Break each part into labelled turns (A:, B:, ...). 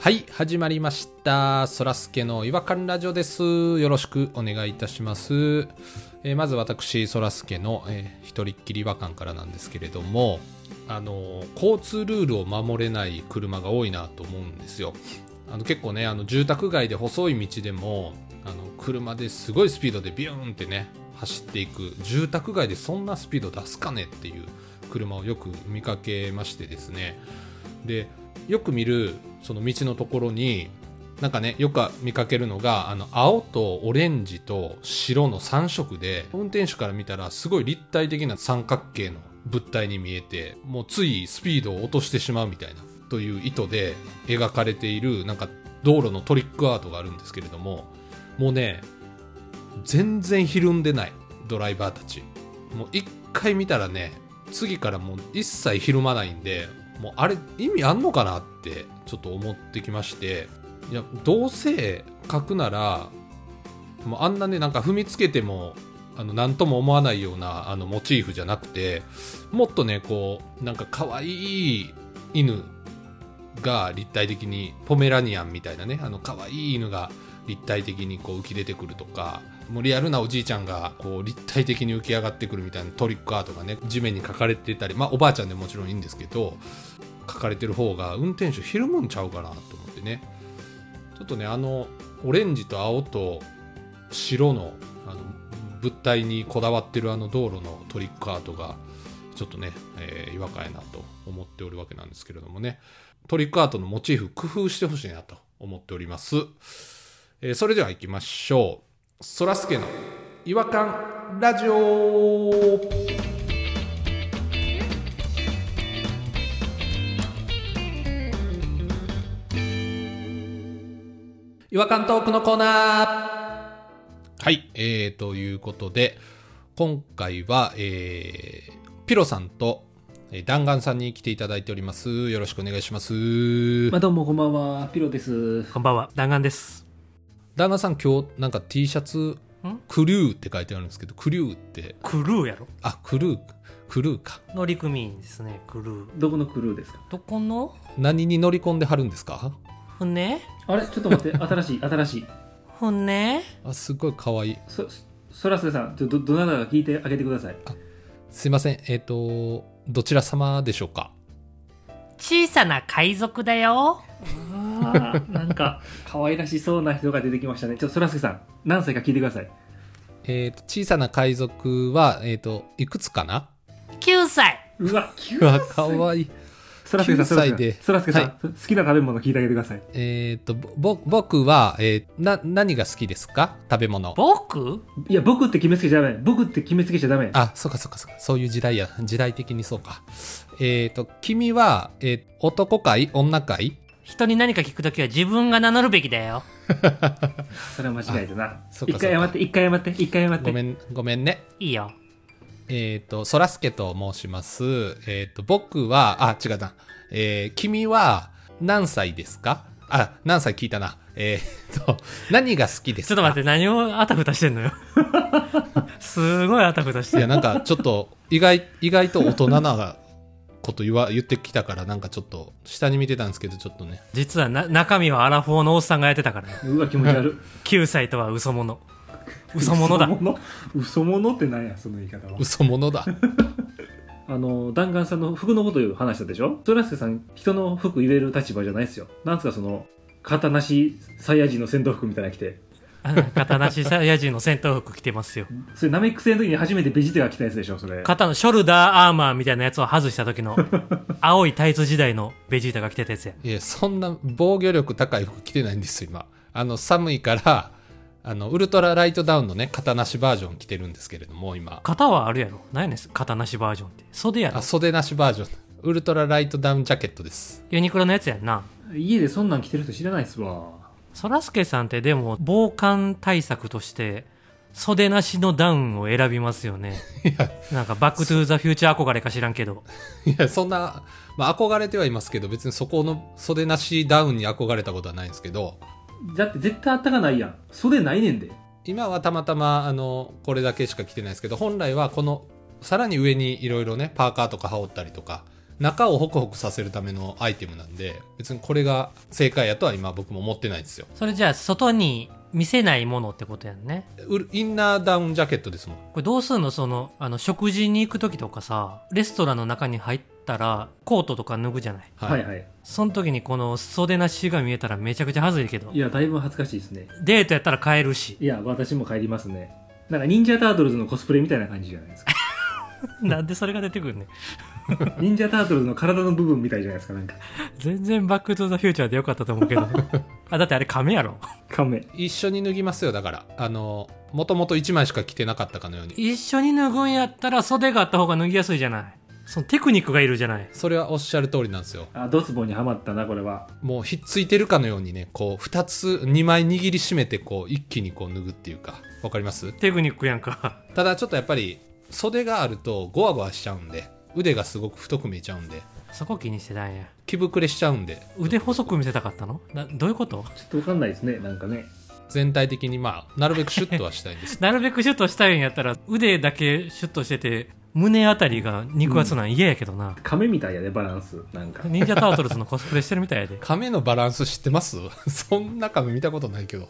A: はい、始まりました。そらすけの違和感ラジオです。よろしくお願いいたします。えーまず私、そらすけの、えー一人っきり違和感からなんですけれども、あのー交通ルールを守れない車が多いなと思うんですよ。あの結構ね、あの住宅街で細い道でも、あの車ですごいスピードでビューンってね、走っていく、住宅街でそんなスピード出すかねっていう車をよく見かけましてですね。でよく見るその道のところになんかねよく見かけるのがあの青とオレンジと白の3色で運転手から見たらすごい立体的な三角形の物体に見えてもうついスピードを落としてしまうみたいなという意図で描かれているなんか道路のトリックアートがあるんですけれどももうね全然ひるんでないドライバーたちもう一回見たらね次からもう一切ひるまないんでもうあれ意味あんのかなってちょっと思ってきましていやどうせ書くならもうあんなねなんか踏みつけてもあの何とも思わないようなあのモチーフじゃなくてもっとねこうなんか可愛い犬が立体的にポメラニアンみたいなねあの可愛い犬が立体的にこう浮き出てくるとかもうリアルなおじいちゃんがこう立体的に浮き上がってくるみたいなトリックアートがね地面に書かれてたりまあおばあちゃんでもちろんいいんですけど書かれてる方が運転手ひるむんちゃうかなと思ってねちょっとねあのオレンジと青と白のあの物体にこだわってるあの道路のトリックアートがちょっとね、えー違和感やなと思っておるわけなんですけれどもねトリックアートのモチーフ工夫してほしいなと思っております、えーそれでは行きましょうそらすけの違和感ラジオ違和感トークのコーナーはい、えー、ということで、今回は、えー、ピロさんと、えー、弾丸さんに来ていただいております。よろしくお願いします。
B: まあ、どうもこんばんは、ピロです。
C: こんばんは、弾丸です。
A: 旦那さん今日なんか T シャツ
C: ん
A: クルーって書いてあるんですけどクルーって
C: クルーやろ
A: あクルークルーか
C: 乗組員ですね、クルー。
B: どこのクルーですか
C: どこの
A: 何に乗り込んではるんですか
C: 船
B: あれちょっと待って、 新しい、新しい。
C: 船
A: あすごい可愛い
B: そ、そそらすけさん、ちょっとど、どなたか聞いてあげてください。
A: すいませんえっ、とどちら様でしょうか
C: 小さな海賊だよ。
B: ああ、なんか、可愛らしそうな人が出てきましたね。ちょっとそらすけさん、何歳か聞いてください。
A: えっ、と小さな海賊はえっ、といくつかな
C: 9歳。
B: うわ、
A: うわ可
B: い。
A: 愛い
B: そらすけさん、そらす
A: 9歳
B: け
A: で
B: さん、そらすけさん、
A: は
B: 好きな食べ物聞いてあげてください。
A: えっ、とぼぼ僕は、えーな何が好きですか食べ物
C: 僕
B: いや、僕って決めつけちゃダメ。僕って決めつけちゃダメ。
A: あそうかそうかそうかそういう時代や時代的にそうかえっ、と君は、えー男かい女かい
C: 人に何か聞くときは自分が名乗るべきだよ。
B: それは間違いだな。
A: そうか
B: 一回
A: そう
B: 謝
A: か
B: って、一回謝って、一回謝って。
A: ごめんごめんね
C: いいよ。
A: えっ、と、そらすけと申します。えっ、と、僕は、あ、違うな。えー君は何歳ですかあ、何歳聞いたな。えーっと、何が好きです
C: ちょ
A: か。
C: っと待ってて、何をあたふたしてんの よ。すごいあたふたして
A: い
C: る。
A: や、なんか、ちょっと、意外、意外と大人なこと言わ、言ってきたから、なんかちょっと、下に見てたんですけど、ちょっとね。
C: 実はな、中身はアラフォーのおっさんがやってたから。
B: うわ、気持ち悪い。
C: 9歳とは嘘 物。嘘物だ
B: 嘘。物嘘物ってなんや、その言い方は。
A: 嘘物 だ。
B: あの弾丸さんの服のことを話したでしょそらすけさん人の服入れる立場じゃないですよなんすかその肩なしサイヤ人の戦闘服みたいなの着て
C: あ の肩なしサイヤ人の戦闘服着てますよ。
B: それナメック星の時に初めてベジータが着たやつでしょそれ
C: 肩のショルダーアーマーみたいなやつを外した時 の青いタイツ時代のベジータが着てたやつや
A: いや、そんな防御力高い服着てないんですよ、今。あの、寒いから、あの、ウルトラライトダウンのね、型なしバージョン着てるんですけれども、今。
C: 肩はあるやろ何やねん肩なしバージョンって袖やろ
A: あ、袖なしバージョン。ウルトラライトダウンジャケットです。
C: ユニクロのやつやんな
B: 家でそんなん着てる人知らないっすわ
C: そらすけさんってでも防寒対策として袖なしのダウンを選びますよね
A: いや、
C: なんかバックトゥーザフューチャー憧れか知らんけど
A: いや、そんな、まあ、憧れてはいますけど、別にそこの袖なしダウンに憧れたことはないんですけど、
B: だって絶対あったかないやん袖ないねんで
A: 今はたまたま、あの、これだけしか着てないですけど、本来はこの、さらに上にいろいろね、パーカーとか羽織ったりとか、中をホクホクさせるためのアイテムなんで、別にこれが正解やとは今僕も思ってないんですよ。
C: それじゃあ外に見せないものってことやんね
A: うるインナーダウンジャケットですもん。
C: これどうすんのそのあの食事に行く時とかさレストランの中に入ったらコートとか脱ぐじゃない
B: はいはい。
C: その時にこの袖なしが見えたらめちゃくちゃ恥ずいけど
B: いや、だいぶ恥ずかしいですね。
C: デートやったら買えるし
B: いや、私も帰りますね。なんか、忍者タートルズのコスプレみたいな感じじゃないです か。
C: なんでそれが出てくるねん
B: 忍者タートルズの体の部分みたいじゃないですか、なんか。
C: 全然バックトゥザフューチャーでよかったと思うけどあだってあれ亀やろ
B: 亀。
A: 一緒に脱ぎますよ、だから。あの、もともと1枚しか着てなかったかのように。
C: 一緒に脱ぐんやったら袖があった方が脱ぎやすいじゃないそのテクニックがいるじゃない
A: それはおっしゃる通りなんですよ。
B: あ、ドツボにはまったな、これは。
A: もうひっついてるかのようにね、こう、2つ、2枚握りしめて、こう、一気にこう脱ぐっていうか。わかります
C: テクニックやんか
A: ただちょっとやっぱり、袖があるとゴワゴワしちゃうんで、腕がすごく太く見えちゃうんで、
C: そこ気にしてたんや
A: 着膨れしちゃうんで、
C: 腕細く見せたかったのなどういうこと
B: ちょっとわかんないですね、なんかね。
A: 全体的にまあ、なるべくシュッとはしたいんです
C: 。なるべくシュッとしたいんやったら腕だけシュッとしてて胸あたりが肉厚なん嫌やけどな、
B: 亀みたいやね、バランス。なんか。
C: 忍者タートルズのコスプレしてるみたいやで
A: 亀のバランス知ってます そんな亀見たことないけど。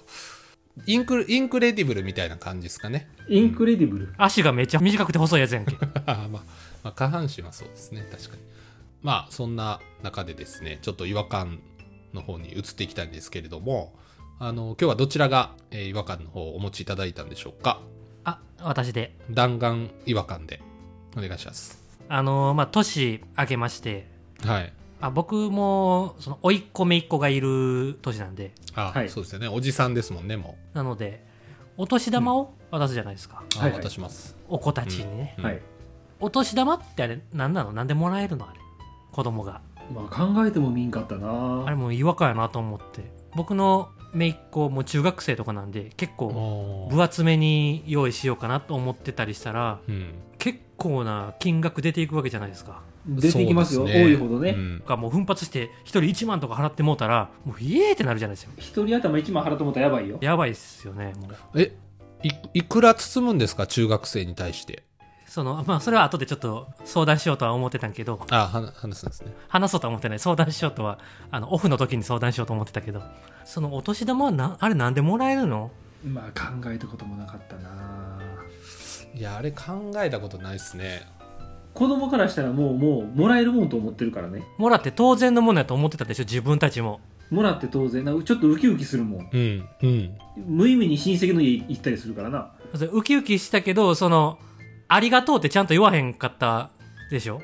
A: インク、インクレディブルみたいな感じですかね。
B: インクレディブル。
C: 足がめっちゃ短くて細いやつやんけ
A: ああまあ、まあ、下半身はそうですね確かにまあそんな中でですねちょっと違和感の方に移っていきたいんですけれどもあの今日はどちらが、えー違和感の方をお持ちいただいたんでしょうか
C: あ私で
A: 弾丸違和感でお願いします
C: あのーまあ年明けまして
A: はい
C: あ僕もその甥っ子姪っ子がいる年なんで
A: あ、
B: はい
A: そうですよねおじさんですもんねも
C: なのでお年玉を渡すじゃないですか、
A: うあ、
B: はいはい
A: 渡します、
C: お子たちにね、
A: うん
B: はい。
C: お年玉ってあれ何なの何でもらえるのあれ子供が
B: まあ、考えても見んかったな
C: あれもう違和感やなと思って僕の姪っ子も中学生とかなんで結構
A: おー
C: 分厚めに用意しようかなと思ってたりしたら
A: うん
C: 結構な金額出ていくわけじゃないですか
B: 出てきますよ、
A: そうで
B: 多いほどね。
A: うん
C: がもう奮発して1人1万とか払ってもうたらもうイエーってなるじゃないですよ
B: 一人頭1万払うと思ったらやばいよ。
C: やばいっすよねもう
A: えいいくら包むんですか中学生に対して
C: そのまあそれは後でちょっと相談しようとは思ってたんけど
A: あは話すんですね
C: 話そうとは思ってない相談しようとはあのオフの時に相談しようと思ってたけどそのお年玉はなあれなんでもらえるの
B: まあ、考えたこともなかったない
A: やあれ考えたことないですね
B: 子供からしたらもう、もう、もらえるもんと思ってるからね。
C: もらって当然のものやと思ってたでしょ自分たちも
B: もらって当然な、ちょっとウキウキするもん。
A: うんうん
B: 無意味に親戚の家行ったりするからな。
C: それウキウキしたけどそのありがとうってちゃんと言わへんかったでしょ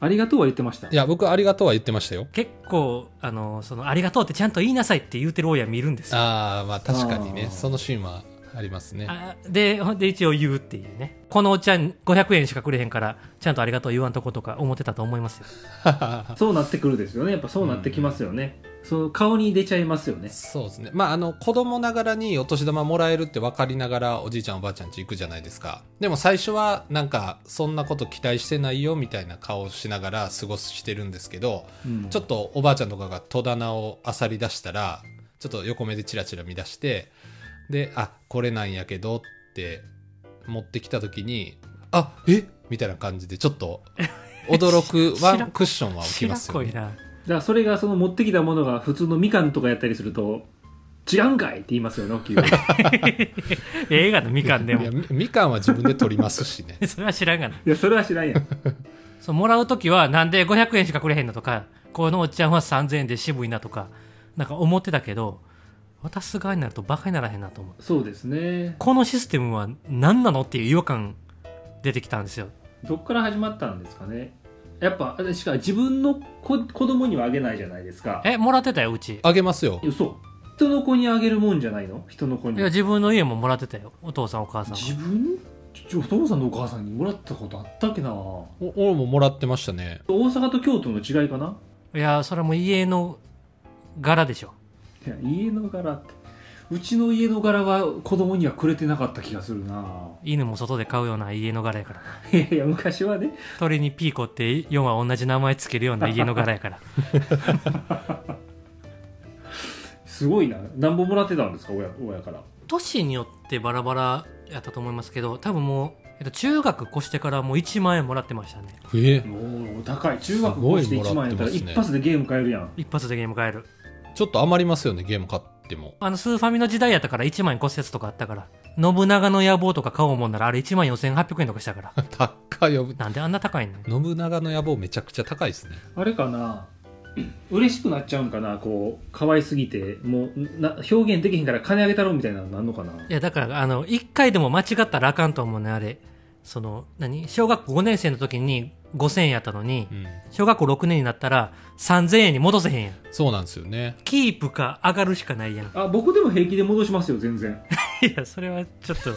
B: ありがとうは言ってました
A: い。や、僕、ありがとうは言ってましたよ。
C: 結構あのそのありがとうってちゃんと言いなさいって言うてる親見るんですよ
A: ああ、まあ確かに
B: あ
A: ね、
B: ー
A: そのシーンはありますね。
C: あでほんで一応言うっていうねこのおっちゃん500円しかくれへんからちゃんとありがとう言わんとことか思ってたと思いますよ
B: そうなってくるですよね。やっぱそうなってきますよね。その顔に出ちゃいますよね。
A: そうですね。まあ、あの、子供ながらにお年玉もらえるって分かりながら、おじいちゃんおばあちゃんち行くじゃないですか。でも最初は、なんか、そんなこと期待してないよ、みたいな顔をしながら過ごしてるんですけど、ちょ
B: っ
A: っとおばあちゃんとかが戸棚を漁り出したら、ちょっと横目でチラチラ見出して、で、あ、これなんやけどって持ってきた時に、あ、えみたいな感じで、ちょっと驚
C: 知
A: く
C: ら
A: ワ
C: ん
A: ンクッションは起き
C: 白
A: ますよ
C: こい
A: ね。
C: な
B: だからそれがその持ってきたものが普通のみかんとかやったりすると、違うんかいって言いますよね、大 きい声で
C: 映画のみかんで
A: いや
C: も
A: みみかんは自分で取りますしね。
C: それは知らんがない
B: や、それは知らんやん。
C: そうもらう時はなんで500円しかくれへんのとかこのおっちゃんは3000円で渋いなとかなんか思ってたけど渡す側になるとバカにならへんなと思う
B: そうですね。
C: このシステムは何なのっていう違和感出てきたんですよ
B: どっから始まったんですかね。やっぱ、しかも自分の子子供にはあげないじゃないですか。
C: えもらってたようち
A: あげますよ。
B: 嘘人の子にあげるもんじゃないの人の子
C: い
B: に
C: や。自分の家ももらってたよお父さんお母さん
B: 自分ちょお父さんのお母さんにもらったことあったっけな大
A: お俺ももらってましたね。
B: 阪と京都の違いかない
C: やそれはもう家の柄でしょ
B: いや家の柄ってうちの家の柄は子供にはくれてなかった気がするな
C: 犬も外で飼うような家の柄やから
B: いやいや昔はね
C: 鳥にピーコって4は同じ名前つけるような家の柄やから
B: すごいな何本もらってたんですか親親から
C: 都市によってバラバラやったと思いますけど多分もうえっと、中学越してからもう1万円もらってましたね
A: ええ
B: おお高い中学校して1万円やった
A: すごいもらってま
B: ら
A: す
B: 一
A: ね
B: 発でゲーム買えるやん
C: 一発でゲーム買える
A: ちょっと余りますよねゲーム買っても
C: あのスーファミの時代やったから1万骨折とかあったから信長の野望とか買おうもんならあれ1万4800円とかしたから
A: 高いよ
C: なんであんな高いの
A: 信長の野望めちゃくちゃ高いですね
B: あれかな 嬉しくなっちゃうんかなこう可愛すぎてもうな表現できへんから金あげたろみたいなのなんのかない
C: やだからあの1回でも間違ったらあかんと思うねあれその何小学校5年生の時に5000円やったのに
A: うん
C: 小学校6年になったら3000円に戻せへんやん
A: そうなんですよね
C: キープか上がるしかないやんい
B: あ僕でも平気で戻しますよ全然
C: やそれはちょっと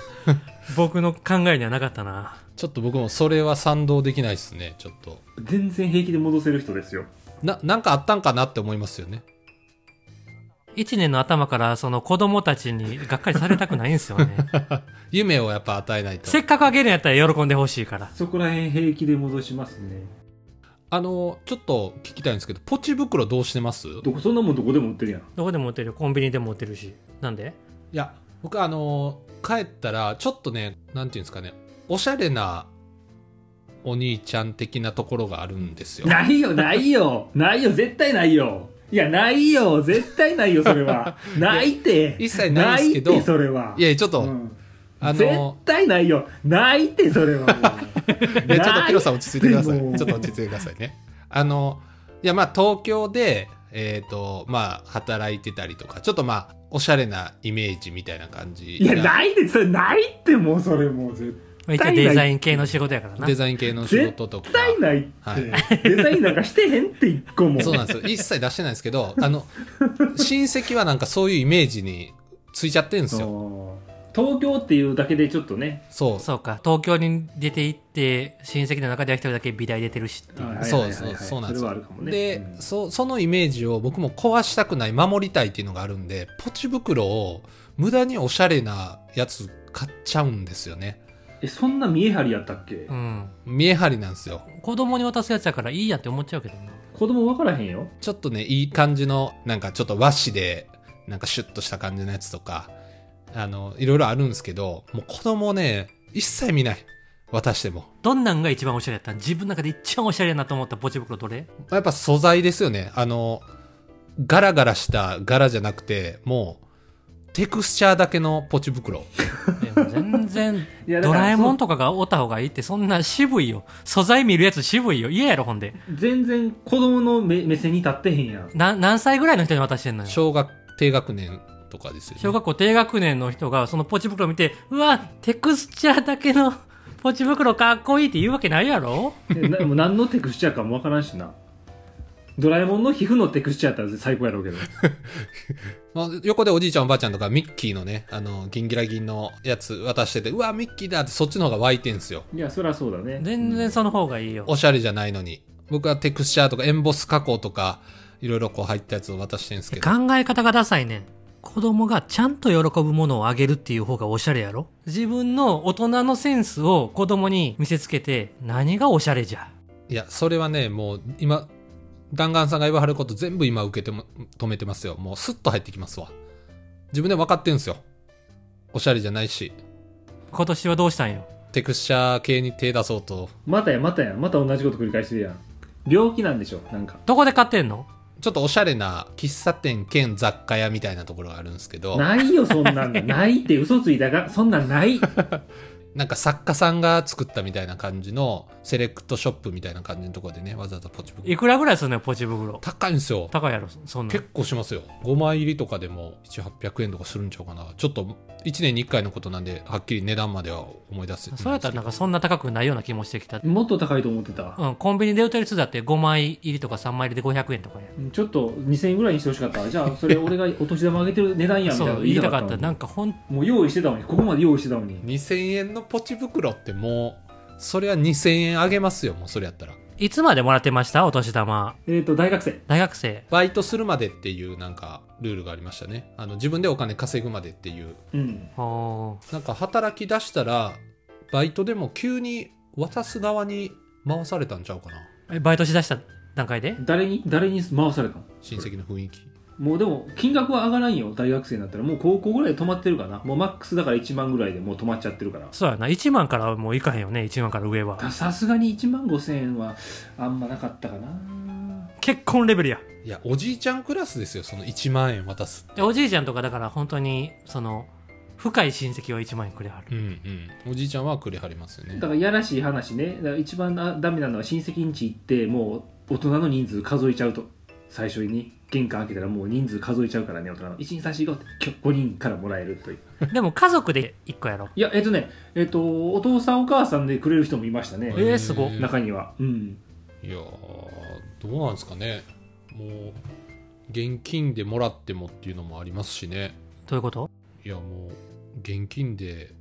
C: 僕の考えにはなかったな
A: ちょっと僕もそれは賛同できないですねちょっと
B: 全然平気で戻せる人ですよ
A: ななんかあったんかなって思いますよね
C: 1年の頭からその子供たちにがっかりされたくないんです よね
A: 夢をやっぱ与えないと
C: せっかくあげるんやったら喜んでほしいから
B: そこら辺平気で戻しますね
A: あのちょっと聞きたいんですけどポチ袋どうしてますい
B: どこそんなもんどこでも売ってるやん
C: どこでも売ってるよコンビニでも売ってるしなんで
A: や僕あの帰ったらちょっとねなんていうんですかねおしゃれなお兄ちゃん的なところがあるんですよ
B: ないよないよないよ絶対ないよいやないよ絶対ないよそれ はないって
A: 一切ないですけど
B: ってそれはい
A: やちょっと、
B: うん
A: あの
B: 絶対ないよないってそれは
A: いやちょっとピロさん
B: ん
A: 落ち着いてください。
B: ないって
A: ちょっと落ち着いてくださいね。あの、いやまあ東京で、えっ、と、まあ働いてたりとか、ちょっとまあおしゃれなイメージみたいな感じ
B: いや
A: な
B: ないってそれないってもうそれもう絶
C: まあ一応デザイン系の仕事やからな
A: デザイン系の仕
B: 絶
A: 事とか。
B: 対ないって、
A: はい
B: デザインなんかしてへんって一個も
A: そうなんですよ。一切出してないんですけど、あの、親戚はなんかそういうイメージについちゃってるんですよ。
B: あー東京っていうだけでちょっとね
A: そう。
C: そうか東京に出て行って親戚の中では一人だけ美大出てるしっていう、
B: はいはいはいはい
A: そうそうそうなんですよ
B: それはあるかもね
A: で、
B: うん
A: そそのイメージを僕も壊したくない守りたいっていうのがあるんでポチ袋を無駄におしゃれなやつ買っちゃうんですよね
B: えそんな見え張りやったっけ、
C: うん、
A: 見え張りなんですよ
C: 子供に渡すやつやからいいやって思っちゃうけどな
B: 子供分からへんよ
A: ちょっとね、いい感じの、なんかちょっと和紙で、なんかシュッとした感じのやつとか、あの、いろいろあるんですけど、もう子供ね、一切見ない。渡しても。
C: どんなんが一番おしゃれやったん自分の中で一番おしゃれやなと思ったポチ袋 どれ
A: やっぱ素材ですよね。あの、ガラガラした柄じゃなくて、もう、テクスチャーだけのポチ袋。
C: いやもう全然
B: いやだ
C: ド
B: から
C: ラえもんとかがおった方がいいってそんな渋いよ素材見るやつ渋いよ嫌やろほんで
B: 全然子供の目目線に立ってへんやん
C: な何歳ぐらいの人に渡してんのよ
A: 小学、低学年とかですよね。
C: 小学校低学年の人がそのポチ袋見てうわテクスチャーだけの ポチ袋かっこいいって言うわけないやろ
B: でなもう何のテクスチャーかも分からんしなドラえもんの皮膚のテクスチャーやったら最高やろうけど
A: まあ、横でおじいちゃんおばあちゃんとかミッキーのね、あの、ギンギラギンのやつ渡してて、うわ、ミッキーだってそっちの方が湧いてんすよ。
B: いやそりゃそうだね
C: 全然その方がいいよ
A: おしゃれじゃないのに。僕はテクスチャーとかエンボス加工とか、いろいろこう入ったやつを渡してるんですけど。
C: 考え方がダサいねん子供がちゃんと喜ぶものをあげるっていう方がおしゃれやろ自分の大人のセンスを子供に見せつけて何がおしゃれじゃ
A: いや、それはね、もう今、弾丸さんが言わはること全部今受けても、止めてますよ。もうスッと入ってきますわ。自分で分かってんすよ。おしゃれじゃないし、
C: 今年はどうしたんよ
A: テクスチャー系に手出そうと。
B: またやまたやまた同じこと繰り返してるやん病気なんでしょなんか
C: どこで買ってんの
A: ちょっとおしゃれな喫茶店兼雑貨屋みたいなところがあるんですけど、
B: ないよそんなん ないって嘘ついたがそんなんない
A: なんか作家さんが作ったみたいな感じのセレクトショップみたいな感じのところでね、わざわざポチポチ。
C: いくらぐらいするのよポチ袋
A: 高いんですよ。
C: 高いやろそそんなん
A: 結構しますよ5枚入りとかでも7800円とかするんちゃうかなちょっと1年に1回のことなんではっきり値段までは思い出せ
C: そうやったらなんかそんな高くないような気もしてきた
B: もっと高いと思ってた
C: うんコンビニで売ってるやつだって5枚入りとか3枚入りで500円とかや
B: ちょっと2000円ぐらいにしてほしかったじゃあそれ俺がお年玉あげてる値段やみたいな
C: そ
B: の
C: う言いたかっ
B: の
C: た
B: に
C: なんかほん
B: もう用意してたのにここまで用意してたのに
A: 2000円のポチ袋ってもうそれは2000円あげますよもうそれやったら
C: いつまでもらってましたお年玉
B: えっ、と大学生
C: 大学生
A: バイトするまでっていうなんかルールがありましたねあの自分でお金稼ぐまでっていう
B: うん
C: おー
A: なんか働き出したらバイトでも急に渡す側に回されたんちゃうかな
C: えバイトしだした段階で
B: 誰に誰に回されたの
A: 親戚の雰囲気
B: もうでも金額は上がらんよ大学生になったらもう高校ぐらいで止まってるかなもうマックスだから1万ぐらいでもう止まっちゃってるから
C: そうやな1万からはもういかへんよね1万から上は
B: たさすがに1万5000円はあんまなかったかな
C: 結婚レベルや
A: いやおじいちゃんクラスですよその1万円渡す
C: でおじいちゃんとかだから本当にその深い親戚は1万円くれはる
A: うんうんおじいちゃんはくれはりますよね
B: だからやらしい話ねだから一番なダメなのは親戚ん家行ってもう大人の人数数えちゃうと最初に玄関開けたらもう人数数えちゃうからね大人の12345って今日5人からもらえるという
C: でも家族で1個やろ
B: いやえっ、とねえっ、とお父さんお母さんでくれる人もいましたね
C: えーすごっ
A: いや
B: 中にはうん
A: ーどうなんですかねもう現金でもらってもっていうのもありますしね
C: どういうこと
A: いやもう現金で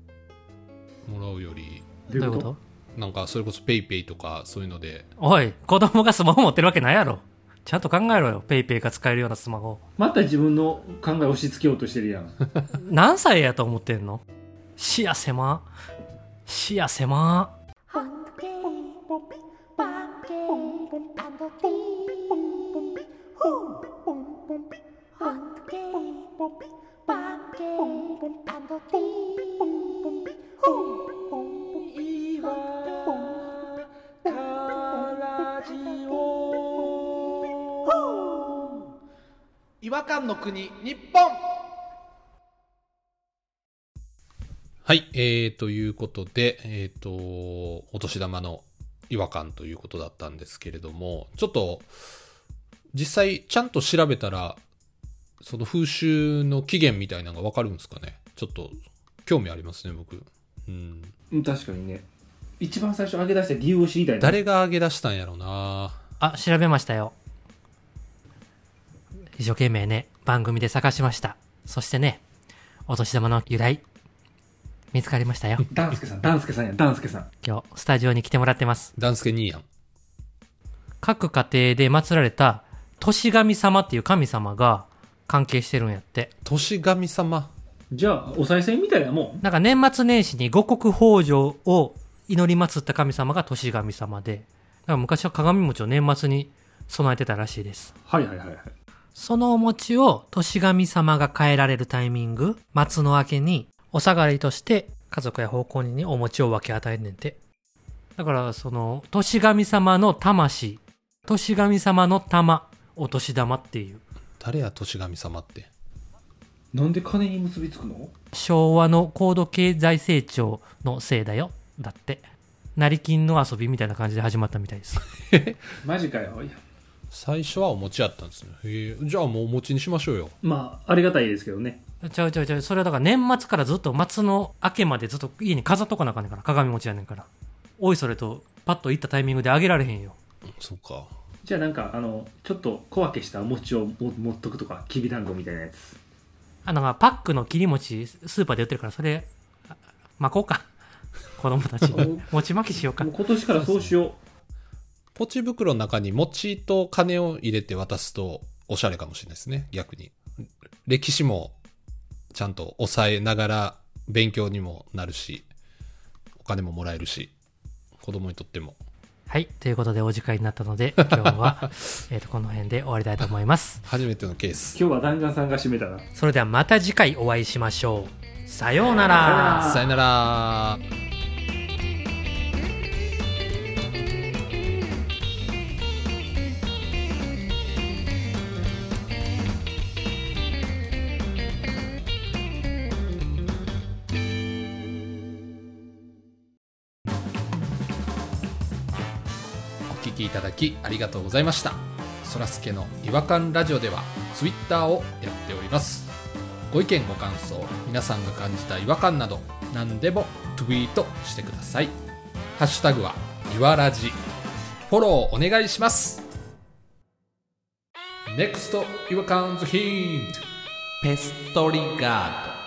A: もらうより
B: ど
C: どういうこと
A: なんかそれこそペイペイとかそういうので
C: おい子供がスマホ持ってるわけないやろちゃんと考えろよペイペイが使えるようなスマホ
B: また自分の考え押し付けようとしてるやん
C: 何歳やと思ってんの視野狭視野狭
D: Hunky,
E: 違和感の国日本
A: はい、えー、ということで、えっ、と、お年玉の違和感ということだったんですけれども、ちょっと、実際、ちゃんと調べたら、その風習の起源みたいなのがわかるんですかねちょっと、興味ありますね、僕。うん。
B: うん確かにね一番最初上げ出した理由を知りたいな
A: 誰が挙げ出したんやろうな
C: あ調べましたよ一生懸命ね番組で探しましたそしてねお年玉の由来見つかりましたよ
B: ダンスケさんダンスケさんやダンスケさん
C: 今日スタジオに来てもらってます
A: ダンスケ兄やん。
C: 各家庭で祀られた年神様っていう神様が関係してるんやって
A: 年神様。
B: じゃあお賽銭みたいなもん
C: なんか年末年始に五穀豊穣を祈り祀った神様が年神様で、だから昔は鏡餅を年末に備えてたらしいです。
B: はいはいはいはい
C: そのお餅を年神様が変えられるタイミング、松の明けに、お下がりとして家族や奉公人にお餅を分け与えんねんて。だから、その、年神様の魂、年神様の玉、お年玉っていう、
A: 誰や、年神様って。
B: なんで金に結びつくの
C: 昭和の高度経済成長のせいだよ、だって。成金の遊びみたいな感じで始まったみたいです。
B: マジかよいや
A: 最初はお餅やったんですね。へえ、じゃあもうお餅にしましょうよ。
B: まあありがたいですけどね
C: ちゃうちゃうちゃう。それはだから年末からずっと松の明けまでずっと家に飾っとかなあかんねんから。鏡餅やねんから。おいそれと、パッと行ったタイミングであげられへんよ。
A: そうか。
B: じゃあなんかあのちょっと小分けしたお餅をも持っとくとかきびだんごみたいなやつ
C: あの、パックの切り餅、スーパーで売ってるから、それ、あ巻こうか。 子供た ち。餅巻きしようか
B: もう。今年からそうしよ
A: ポチ袋の中に餅と金を入れて渡すとおしゃれかもしれないですね、逆に。歴史もちゃんと抑えながら勉強にもなるし、お金ももらえるし、子供にとっても。
C: はい。ということで、お時間になったので、今日は、 えっと、この辺で終わりたいと思います。
A: 初めてのケー
B: う
A: ス。
B: 今日は弾丸さんが締めたな
C: それではまた次回お会いしましょう。さようなら。
A: さよなら。お聞きいただきありがとうございましたそらすけの違和感ラジオではツイッターをやっておりますご意見ご感想皆さんが感じた違和感など何でもツイートしてくださいハッシュタグはいわらじフォローお願いします NEXT 違和感ズヒントペストリガード